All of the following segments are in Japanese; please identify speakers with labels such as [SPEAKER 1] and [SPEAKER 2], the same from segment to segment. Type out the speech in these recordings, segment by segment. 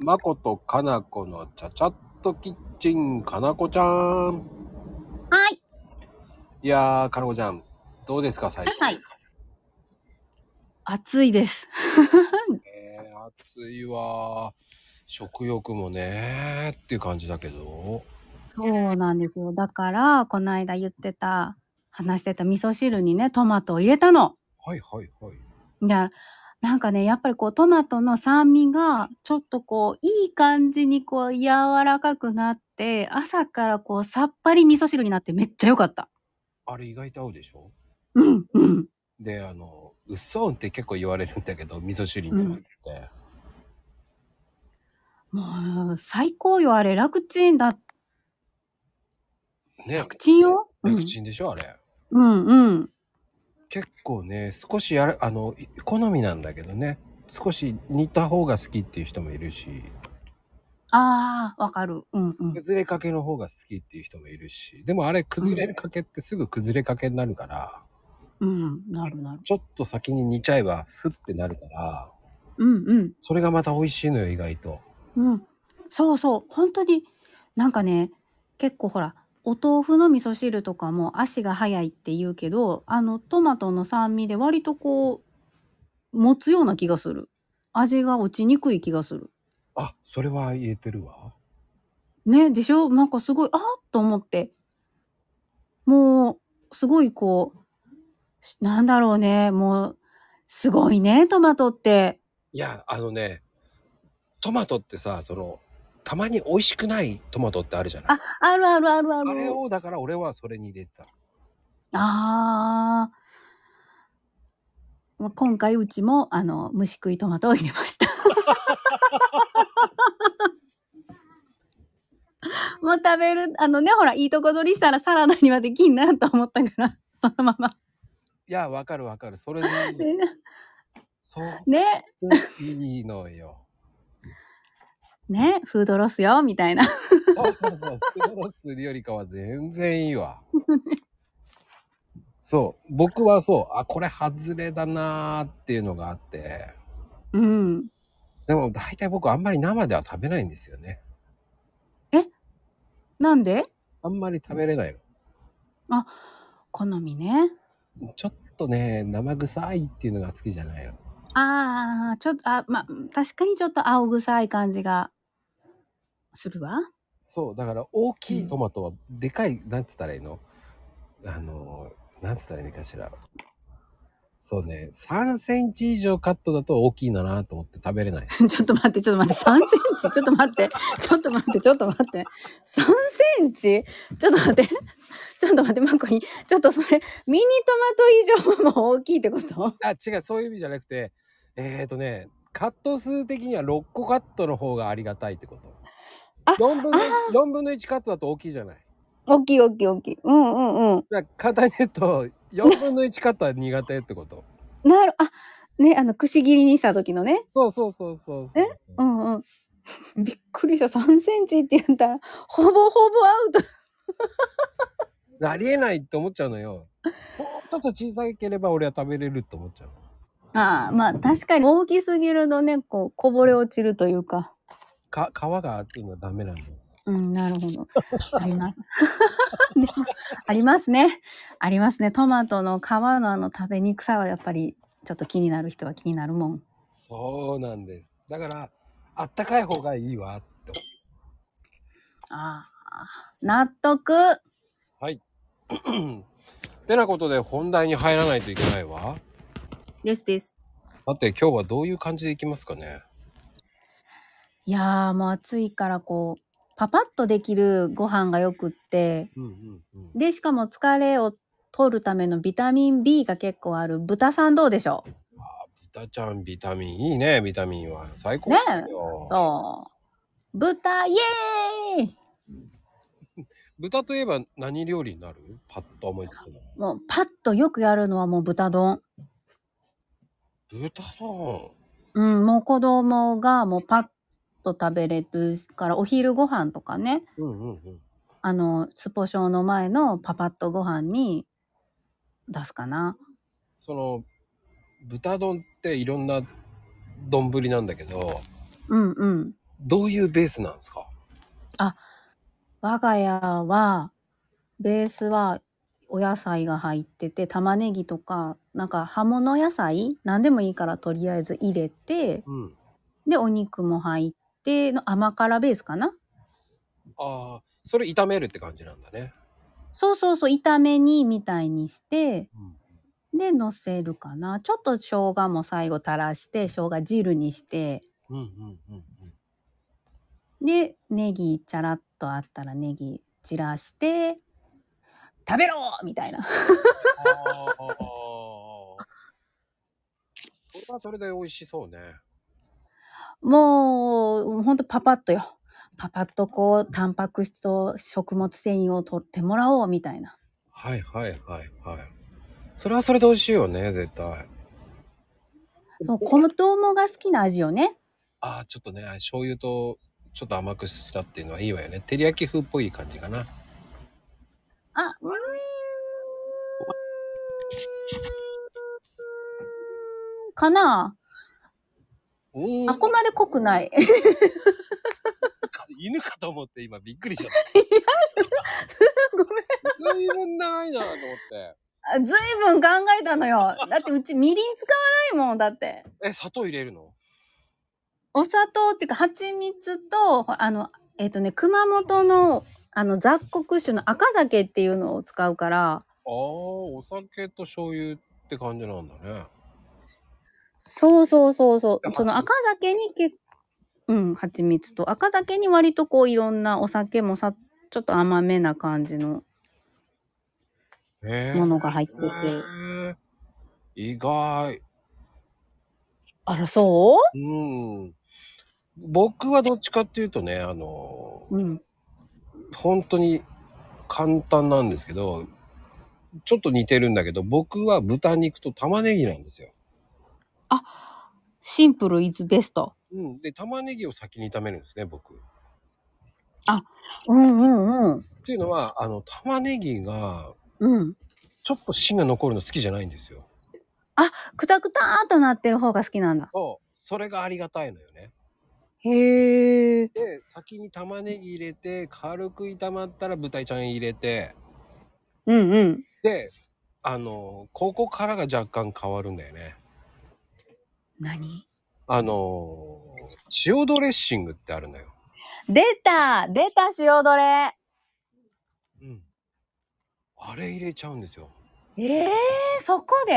[SPEAKER 1] まことかなこのちゃちゃっとキッチン、かなこちゃん。
[SPEAKER 2] はい。
[SPEAKER 1] いやー、かなこちゃん、どうですか、最近。
[SPEAKER 2] はい暑いです。
[SPEAKER 1] えー暑いわー。食欲もねーっていう感じだけど。
[SPEAKER 2] そうなんですよ。だから、この間言ってた、話してた味噌汁にね、トマトを入れたの。
[SPEAKER 1] はいはいはい。
[SPEAKER 2] いや、なんかね、やっぱりこう、トマトの酸味が、ちょっとこう、いい感じにこう、柔らかくなって、朝からこう、さっぱり味噌汁になってめっちゃ良かった。
[SPEAKER 1] あれ意外と合うでしょ
[SPEAKER 2] うん、うん。
[SPEAKER 1] で、あの、うっそーんって結構言われるんだけど、味噌汁になって。
[SPEAKER 2] もう、最高よ、あれ。楽ちんだ。
[SPEAKER 1] ね。
[SPEAKER 2] 楽ちんよ、うん、
[SPEAKER 1] 楽ちんでしょ、あれ。
[SPEAKER 2] うん、うん。
[SPEAKER 1] 結構ね少しやるあのい好みなんだけどね少し似た方が好きっていう人もいるし
[SPEAKER 2] ああ、わかる。うん、うん。
[SPEAKER 1] 崩れかけの方が好きっていう人もいるしでもあれ崩れかけってすぐ崩れかけになるから、
[SPEAKER 2] うん、なるなる。
[SPEAKER 1] ちょっと先に煮ちゃえばふってなるから
[SPEAKER 2] うん、うん。
[SPEAKER 1] それがまた美味しいのよ意外と
[SPEAKER 2] うん、そうそう本当になんかね結構ほらお豆腐の味噌汁とかも足が早いって言うけどあのトマトの酸味で割とこう持つような気がする味が落ちにくい気がする
[SPEAKER 1] あそれは言えてるわ
[SPEAKER 2] ねでしょなんかすごいあっと思ってもうすごいこうしなんだろうねもうすごいねトマトって
[SPEAKER 1] いやあのねトマトってさそのたまに美味しくないトマトってあるじゃない
[SPEAKER 2] ああるあるあるあ
[SPEAKER 1] あれ
[SPEAKER 2] る
[SPEAKER 1] をだから俺はそれに入れてた
[SPEAKER 2] ああ。まあ、今回うちも、あの、虫食いトマトを入れました。 もう食べる、あのね、ほら、いいとこ取りしたらサラダにはできんなと思ったから、 そのまま。
[SPEAKER 1] いやわかるわかるそれでいい
[SPEAKER 2] ね
[SPEAKER 1] そう
[SPEAKER 2] ね、
[SPEAKER 1] いいのよ。
[SPEAKER 2] ね、フードロスよ、みたいな。
[SPEAKER 1] そうそうそう。スロスよりかは全然いいわ。そう。僕はそう。あ、これ外れだなーっていうのがあって。
[SPEAKER 2] うん。
[SPEAKER 1] でも大体僕あんまり生では食べないんですよね。
[SPEAKER 2] なんで
[SPEAKER 1] あんまり食べれない
[SPEAKER 2] 好みね。
[SPEAKER 1] の。ちょっとね、生臭いっていうのが好きじゃないの。
[SPEAKER 2] ああ、ちょっと、あ、まあ、確かにちょっと青臭い感じがするわ。
[SPEAKER 1] そう。だから大きいトマトは、でかい、なんつったらいいのあのー、なんつったらいいのかしら。そうね。3センチ以上カットだと大きいんだなと思って食べれない。
[SPEAKER 2] ちょっと待って、ちょっと待って、3センチ、ちょっと待って、ちょっと待って、ちょっと待って、3センチちょっと待って、ちょっと待って、マコに、ちょっとそれ、ミニトマト以上も大きいってこと
[SPEAKER 1] あ違うそういう意味じゃなくてえっ、ー、とねカット数的には6個カットの方がありがたいってこと
[SPEAKER 2] あ
[SPEAKER 1] 4分の4分の1カットだと大きいじゃない
[SPEAKER 2] 大きい、大きい、大きい。うんうんうん。
[SPEAKER 1] だから簡単に言うと4分の1カットは苦手ってこと
[SPEAKER 2] なる、あ、ね、あの、くし切りにした時のね。
[SPEAKER 1] そうそうそうそうそう
[SPEAKER 2] えうんうん。びっくりした、3センチって言ったら、ほぼほぼアウト。
[SPEAKER 1] ありえないって思っちゃうのよもうちょっと小さければ俺は食べれるって思っちゃう
[SPEAKER 2] ああ、まあ確かに大きすぎるとね、こう、こぼれ落ちるというか。
[SPEAKER 1] か皮が厚いのはダメなんです
[SPEAKER 2] うん、なるほど。あります。でもあります ね。ありますね。トマトの皮のあの食べにくさはやっぱりちょっと気になる人は気になるもん。
[SPEAKER 1] そうなんですだからあったかい方がいいわって
[SPEAKER 2] ああ、納得。
[SPEAKER 1] はい。てなことで本題に入らないといけないわ。
[SPEAKER 2] ですです。
[SPEAKER 1] さて今日はどういう感じでいきますかね。
[SPEAKER 2] いやーもう暑いからこう、パパッとできるご飯がよくって、
[SPEAKER 1] うんうんうん。
[SPEAKER 2] で、しかも疲れを取るためのビタミン B が結構ある豚さんどうでしょ
[SPEAKER 1] 豚ちゃんビタミンいいねビタミンは最高
[SPEAKER 2] ねえ
[SPEAKER 1] だよ
[SPEAKER 2] うそう。豚イエーイ
[SPEAKER 1] 豚といえば何料理になる？パッと思いつくの。
[SPEAKER 2] もうパッとよくやるのはもう豚丼。
[SPEAKER 1] 豚の
[SPEAKER 2] うん、もう子供がもうパッと食べれるから、お昼ご飯とかね、
[SPEAKER 1] うんうんうん。
[SPEAKER 2] あの、スポショーの前のパパッとご飯に出すかな。
[SPEAKER 1] その豚丼っていろんな丼なんだけど、
[SPEAKER 2] うんうん。
[SPEAKER 1] どういうベースなんですか
[SPEAKER 2] 我が家はベースはお野菜が入ってて玉ねぎとかなんか葉物野菜何でもいいからとりあえず入れて
[SPEAKER 1] うん。
[SPEAKER 2] でお肉も入っての甘辛ベースかな
[SPEAKER 1] ああ、それ炒めるって感じなんだね。
[SPEAKER 2] そうそうそう炒め煮みたいにして
[SPEAKER 1] うん。
[SPEAKER 2] で乗せるかなちょっと生姜も最後垂らして生姜汁にして
[SPEAKER 1] うんうんうんうん。
[SPEAKER 2] でネギちゃらっとあったらネギ散らして食べろみたいな
[SPEAKER 1] ああ。それはそれで美味しそうね。
[SPEAKER 2] もうほんとパパッとよパパッとこうタンパク質と食物繊維を取ってもらおうみたいな
[SPEAKER 1] はいはいはいはい。それはそれで美味しいよね、絶対。
[SPEAKER 2] そう子供が好きな味よね
[SPEAKER 1] ああ、ちょっとね、醤油とちょっと甘くしたっていうのはいいわよね。照り焼き風っぽい感じかな。
[SPEAKER 2] あうーんかな
[SPEAKER 1] うーん
[SPEAKER 2] ああこまで濃くない
[SPEAKER 1] 犬かと思って今びっくりしちゃっ
[SPEAKER 2] ごめん
[SPEAKER 1] た。随分長いなと思って。
[SPEAKER 2] あずいぶん考えたの よだってうちみりん使わないもんだって
[SPEAKER 1] え、砂糖入れるの
[SPEAKER 2] お砂糖っていうか蜂蜜とほあのえっ、とね熊本のあの雑穀種の赤酒っていうのを使うから
[SPEAKER 1] ああ、お酒と醤油って感じなんだね。
[SPEAKER 2] そうそうそうそ
[SPEAKER 1] や
[SPEAKER 2] うその赤酒にけうん蜂蜜と赤酒に割とこういろんなお酒もさちょっと甘めな感じの
[SPEAKER 1] へえ
[SPEAKER 2] ものが入ってて、
[SPEAKER 1] へえ意外。
[SPEAKER 2] あらそ
[SPEAKER 1] うん。僕はどっちかっていうとね、あの、
[SPEAKER 2] ううん
[SPEAKER 1] 本当に簡単なんですけど、ちょっと似てるんだけど、僕は豚肉と玉ねぎなんですよ。
[SPEAKER 2] シンプルイズベスト
[SPEAKER 1] うん。で、玉ねぎを先に炒めるんですね、僕。っ
[SPEAKER 2] うんうんうん
[SPEAKER 1] ていうのは、あの、玉ねぎが、
[SPEAKER 2] うん
[SPEAKER 1] ちょっと芯が残るの好きじゃないんですよ。
[SPEAKER 2] くたくたーっとなってる方が好きなんだ
[SPEAKER 1] そう。それがありがたいのよね。
[SPEAKER 2] へえ
[SPEAKER 1] で、先に玉ねぎ入れて、軽く炒まったら豚ちゃん入れて、
[SPEAKER 2] うんうん
[SPEAKER 1] で、あの、ここからが若干変わるんだよね。
[SPEAKER 2] 何
[SPEAKER 1] あの、塩ドレッシングってあるのよ。
[SPEAKER 2] 出た出た塩どれ
[SPEAKER 1] うん。あれ入れちゃうんですよ。
[SPEAKER 2] えー、そこで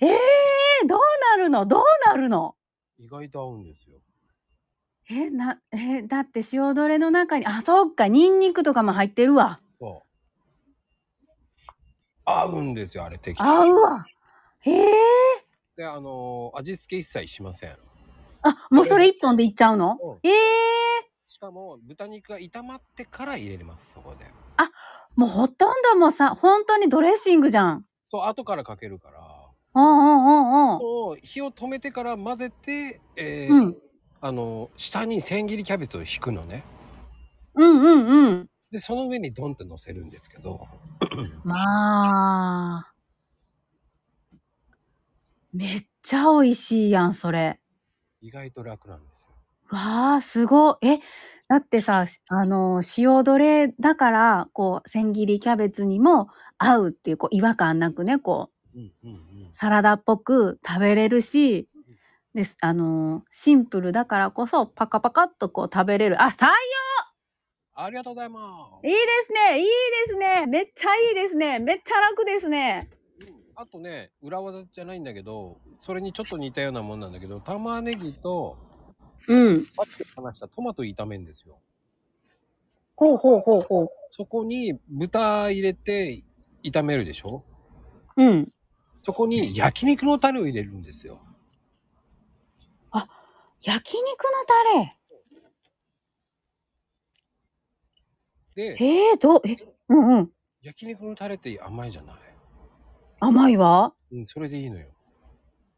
[SPEAKER 2] えー、どうなるのどうなるの
[SPEAKER 1] 意外と合うんですよ。
[SPEAKER 2] えなえだって塩どれの中にあそっかニンニクとかも入ってるわ
[SPEAKER 1] そう。合うんですよ、あれ適当
[SPEAKER 2] 合うわえー、
[SPEAKER 1] で、あのー味付け一切しません。
[SPEAKER 2] あもうそれ一本でいっちゃうの
[SPEAKER 1] うん
[SPEAKER 2] えー、
[SPEAKER 1] しかも、豚肉が炒まってから入れれます、そこで。
[SPEAKER 2] もうほとんどもうさ本当にドレッシングじゃん
[SPEAKER 1] そう、後からかけるから。
[SPEAKER 2] うんうんうんうん
[SPEAKER 1] もう、火を止めてから混ぜて、えー
[SPEAKER 2] うん
[SPEAKER 1] あのー下に千切りキャベツを引くのね。
[SPEAKER 2] うんうんうん
[SPEAKER 1] で、その上にドンって乗せるんですけど、
[SPEAKER 2] まあめっちゃ美味しいやんそれ
[SPEAKER 1] 意外と楽なんですよ。
[SPEAKER 2] わあ、すごい。え、だってさ、しあのー、塩どれだから、こう、千切りキャベツにも合うっていう、こう、違和感なくね、こう、
[SPEAKER 1] うんうんうん。
[SPEAKER 2] サラダっぽく食べれるし、です、あのー、シンプルだからこそ、パカパカっとこう食べれる。あ、最
[SPEAKER 1] ありがとうございます
[SPEAKER 2] いい。ですねいいですねめっちゃいいですねめっちゃ楽ですね
[SPEAKER 1] あとね、裏技じゃないんだけど、それにちょっと似たようなもんなんだけど、玉ねぎと、
[SPEAKER 2] うん。
[SPEAKER 1] さっき話したトマト炒めんですよ。
[SPEAKER 2] ほうほうほうほ
[SPEAKER 1] そこに豚入れて炒めるでしょ
[SPEAKER 2] う。うん。
[SPEAKER 1] そこに焼肉のタレを入れるんですよ。
[SPEAKER 2] 焼肉の
[SPEAKER 1] で
[SPEAKER 2] タ、レえー、どう、え、うんうん。
[SPEAKER 1] 焼肉のタレって甘いじゃない
[SPEAKER 2] 甘いわ。
[SPEAKER 1] うん、それでいいのよ。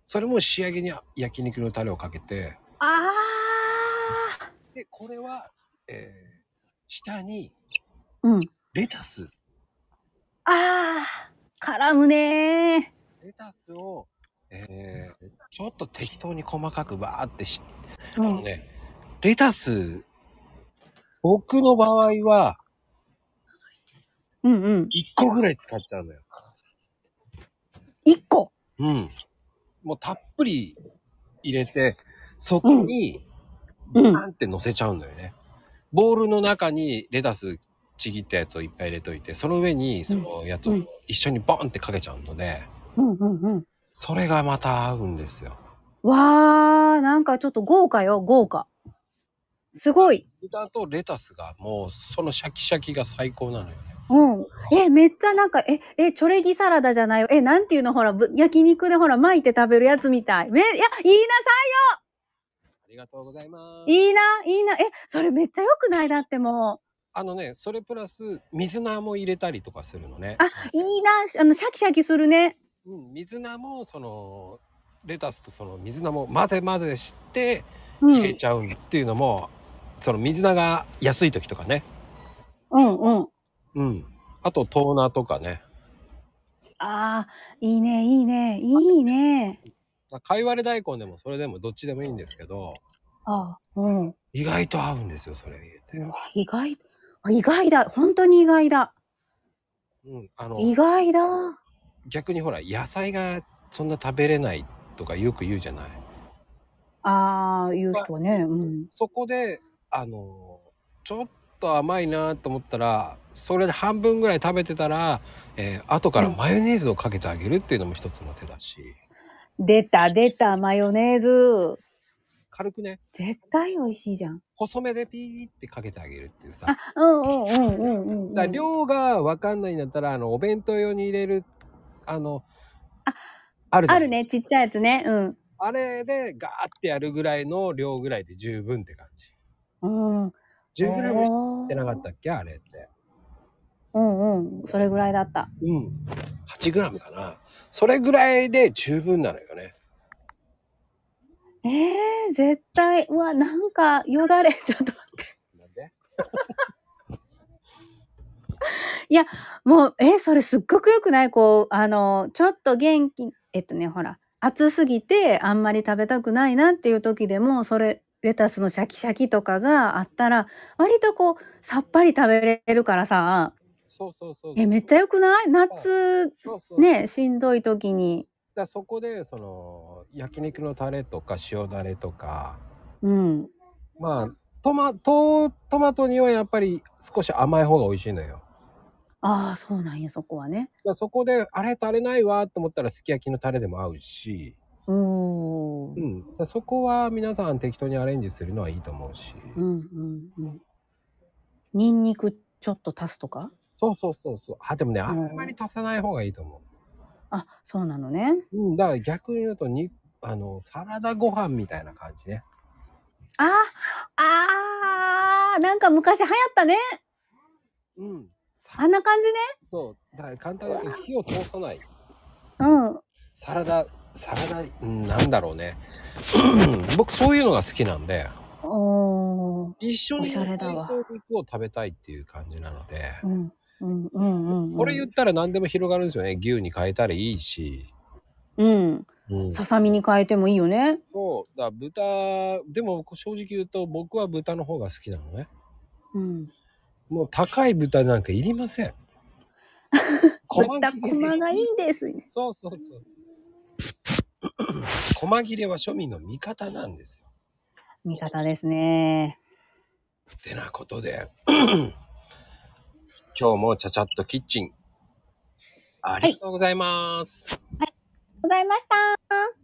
[SPEAKER 1] それも仕上げに焼肉のタレをかけて、
[SPEAKER 2] あー
[SPEAKER 1] で、これは、えー下に
[SPEAKER 2] うん。
[SPEAKER 1] レタス、
[SPEAKER 2] ああ、絡むね
[SPEAKER 1] レタスを、えーちょっと適当に細かくバーってし
[SPEAKER 2] ー。う
[SPEAKER 1] あの
[SPEAKER 2] ん、
[SPEAKER 1] ね、レタス、僕の場合は、
[SPEAKER 2] うんうん。
[SPEAKER 1] 1個ぐらい使っちゃうのよ。
[SPEAKER 2] 一個
[SPEAKER 1] うん。もうたっぷり入れて、そこに、バ
[SPEAKER 2] うん
[SPEAKER 1] ーンって乗せちゃうんだよね。ボールの中にレタスちぎったやつをいっぱい入れといて、その上にそのやつを
[SPEAKER 2] うん
[SPEAKER 1] 一緒にボーンってかけちゃうので、
[SPEAKER 2] うんうんうん。
[SPEAKER 1] それがまた合うんですよ。
[SPEAKER 2] わー、なんかちょっと豪華よ、豪華。すごい。
[SPEAKER 1] 豚とレタスがもうそのシャキシャキが最高なのよね。
[SPEAKER 2] うん。え、めっちゃなんか、え、え、チョレギサラダじゃないよ。え、なんていうのほら、ぶ焼肉でほら、巻いて食べるやつみたい。め、いや、いいなさ
[SPEAKER 1] ありがとうございます。
[SPEAKER 2] いいな、いいな。え、それめっちゃ良くないだっても
[SPEAKER 1] あのね、それプラス水菜も入れたりとかするのね。
[SPEAKER 2] あう。いいな、あの、シャキシャキするね。
[SPEAKER 1] うん、水菜もそのレタスとその水菜も混ぜ混ぜして
[SPEAKER 2] う
[SPEAKER 1] 入れ
[SPEAKER 2] ん。
[SPEAKER 1] ちゃうっていうのも、その水菜が安い時とかね。
[SPEAKER 2] うんうん。
[SPEAKER 1] うん。あとトーナーとかね。
[SPEAKER 2] ああ、いいね、いいね、いいね。
[SPEAKER 1] かいわれ大根でもそれでもどっちでもいいんですけど、
[SPEAKER 2] あーうん。
[SPEAKER 1] 意外と合うんですよ、それ入れて。
[SPEAKER 2] 意外、あ意外だ。本当に意外だ。
[SPEAKER 1] うん。あの、
[SPEAKER 2] 意外だ。
[SPEAKER 1] 逆にほら、野菜がそんな食べれないとかよく言うじゃない。
[SPEAKER 2] ああ、いう人はね。うん。
[SPEAKER 1] そこで、あの、ちょっと甘いなと思ったら、それで半分ぐらい食べてたら、えー後からマヨネーズをかけてあげるっていうのも一つの手だし、
[SPEAKER 2] 出た、出た、マヨネーズ。
[SPEAKER 1] 軽くね、
[SPEAKER 2] 絶対美味しいじゃん。
[SPEAKER 1] 細めでピーってかけてあげるっていうさ。
[SPEAKER 2] あうんうんうんうんうんうん。
[SPEAKER 1] だから量が分かんないんだったら、あの、お弁当用に入れる、あの、
[SPEAKER 2] あ
[SPEAKER 1] あるじゃん
[SPEAKER 2] あるね、ちっちゃいやつね。うん。
[SPEAKER 1] あれでガーってやるぐらいの量ぐらいで十分って感
[SPEAKER 2] うん。
[SPEAKER 1] じ。10グラムし
[SPEAKER 2] おー
[SPEAKER 1] てなかったっけあれって。
[SPEAKER 2] うんうん。それぐらいだった。
[SPEAKER 1] うん。8グラムかな。それぐらいで十分なのよね。
[SPEAKER 2] えー、絶対。うわ、なんか、よだれ。 ちょっと待って。
[SPEAKER 1] なんで
[SPEAKER 2] もう、えーそれすっごくよくないこう、あの、ちょっと元気、えっとね、ほら、暑すぎてあんまり食べたくないなっていう時でも、それ、レタスのシャキシャキとかがあったら、割とこう、さっぱり食べれるからさ、
[SPEAKER 1] そうそうそう。
[SPEAKER 2] え、めっちゃよくない夏
[SPEAKER 1] そうそう、
[SPEAKER 2] ね、しんどい時に。
[SPEAKER 1] だからそこで、その、焼肉のタレとか塩だれとか、
[SPEAKER 2] うん。
[SPEAKER 1] まあ、トマト、トマトにはやっぱり少し甘い方が美味しいのよ。
[SPEAKER 2] ああ、そうなんや、そこはね。
[SPEAKER 1] だからそこで、あれ足りないわと思ったらすき焼きのタレでも合うし、
[SPEAKER 2] うーん。う
[SPEAKER 1] うんん、だからそこは皆さん適当にアレンジするのはいいと思うし、
[SPEAKER 2] うんうん。ニンニクちょっと足すとか
[SPEAKER 1] そうそうそうそうあでもねあ
[SPEAKER 2] うん
[SPEAKER 1] んまり足さない方がいいと思
[SPEAKER 2] あ、そうなのね。
[SPEAKER 1] う、うん、だから逆に言うとにあのサラダご飯みたいな感じね
[SPEAKER 2] ああーなんか昔流行ったね
[SPEAKER 1] うん
[SPEAKER 2] あんな感じね
[SPEAKER 1] そうだから簡単に言うと火を通さない
[SPEAKER 2] うん
[SPEAKER 1] サラダサラダうんなんだろうね僕そういうのが好きなんで
[SPEAKER 2] おー
[SPEAKER 1] 一緒
[SPEAKER 2] お
[SPEAKER 1] に
[SPEAKER 2] しゃれだわ
[SPEAKER 1] 一緒に肉を食べたいっていう感じなので、
[SPEAKER 2] うんうんうんうんうん
[SPEAKER 1] これ言ったら何でも広がるんですよね牛に変えたらいいし、
[SPEAKER 2] うん
[SPEAKER 1] うん
[SPEAKER 2] ささみに変えてもいいよね
[SPEAKER 1] そう、だから豚、でも正直言うと僕は豚の方が好きなのね。
[SPEAKER 2] うん
[SPEAKER 1] もう高い豚なんかいりません。
[SPEAKER 2] 豚
[SPEAKER 1] 切
[SPEAKER 2] こ
[SPEAKER 1] れ
[SPEAKER 2] まがいいんです
[SPEAKER 1] そうそうそう そう。細切れは庶民の味方なんですよ。
[SPEAKER 2] 味方ですね
[SPEAKER 1] ってなことで、今日もちゃちゃっとキッチン、ありがとうございます。
[SPEAKER 2] ございました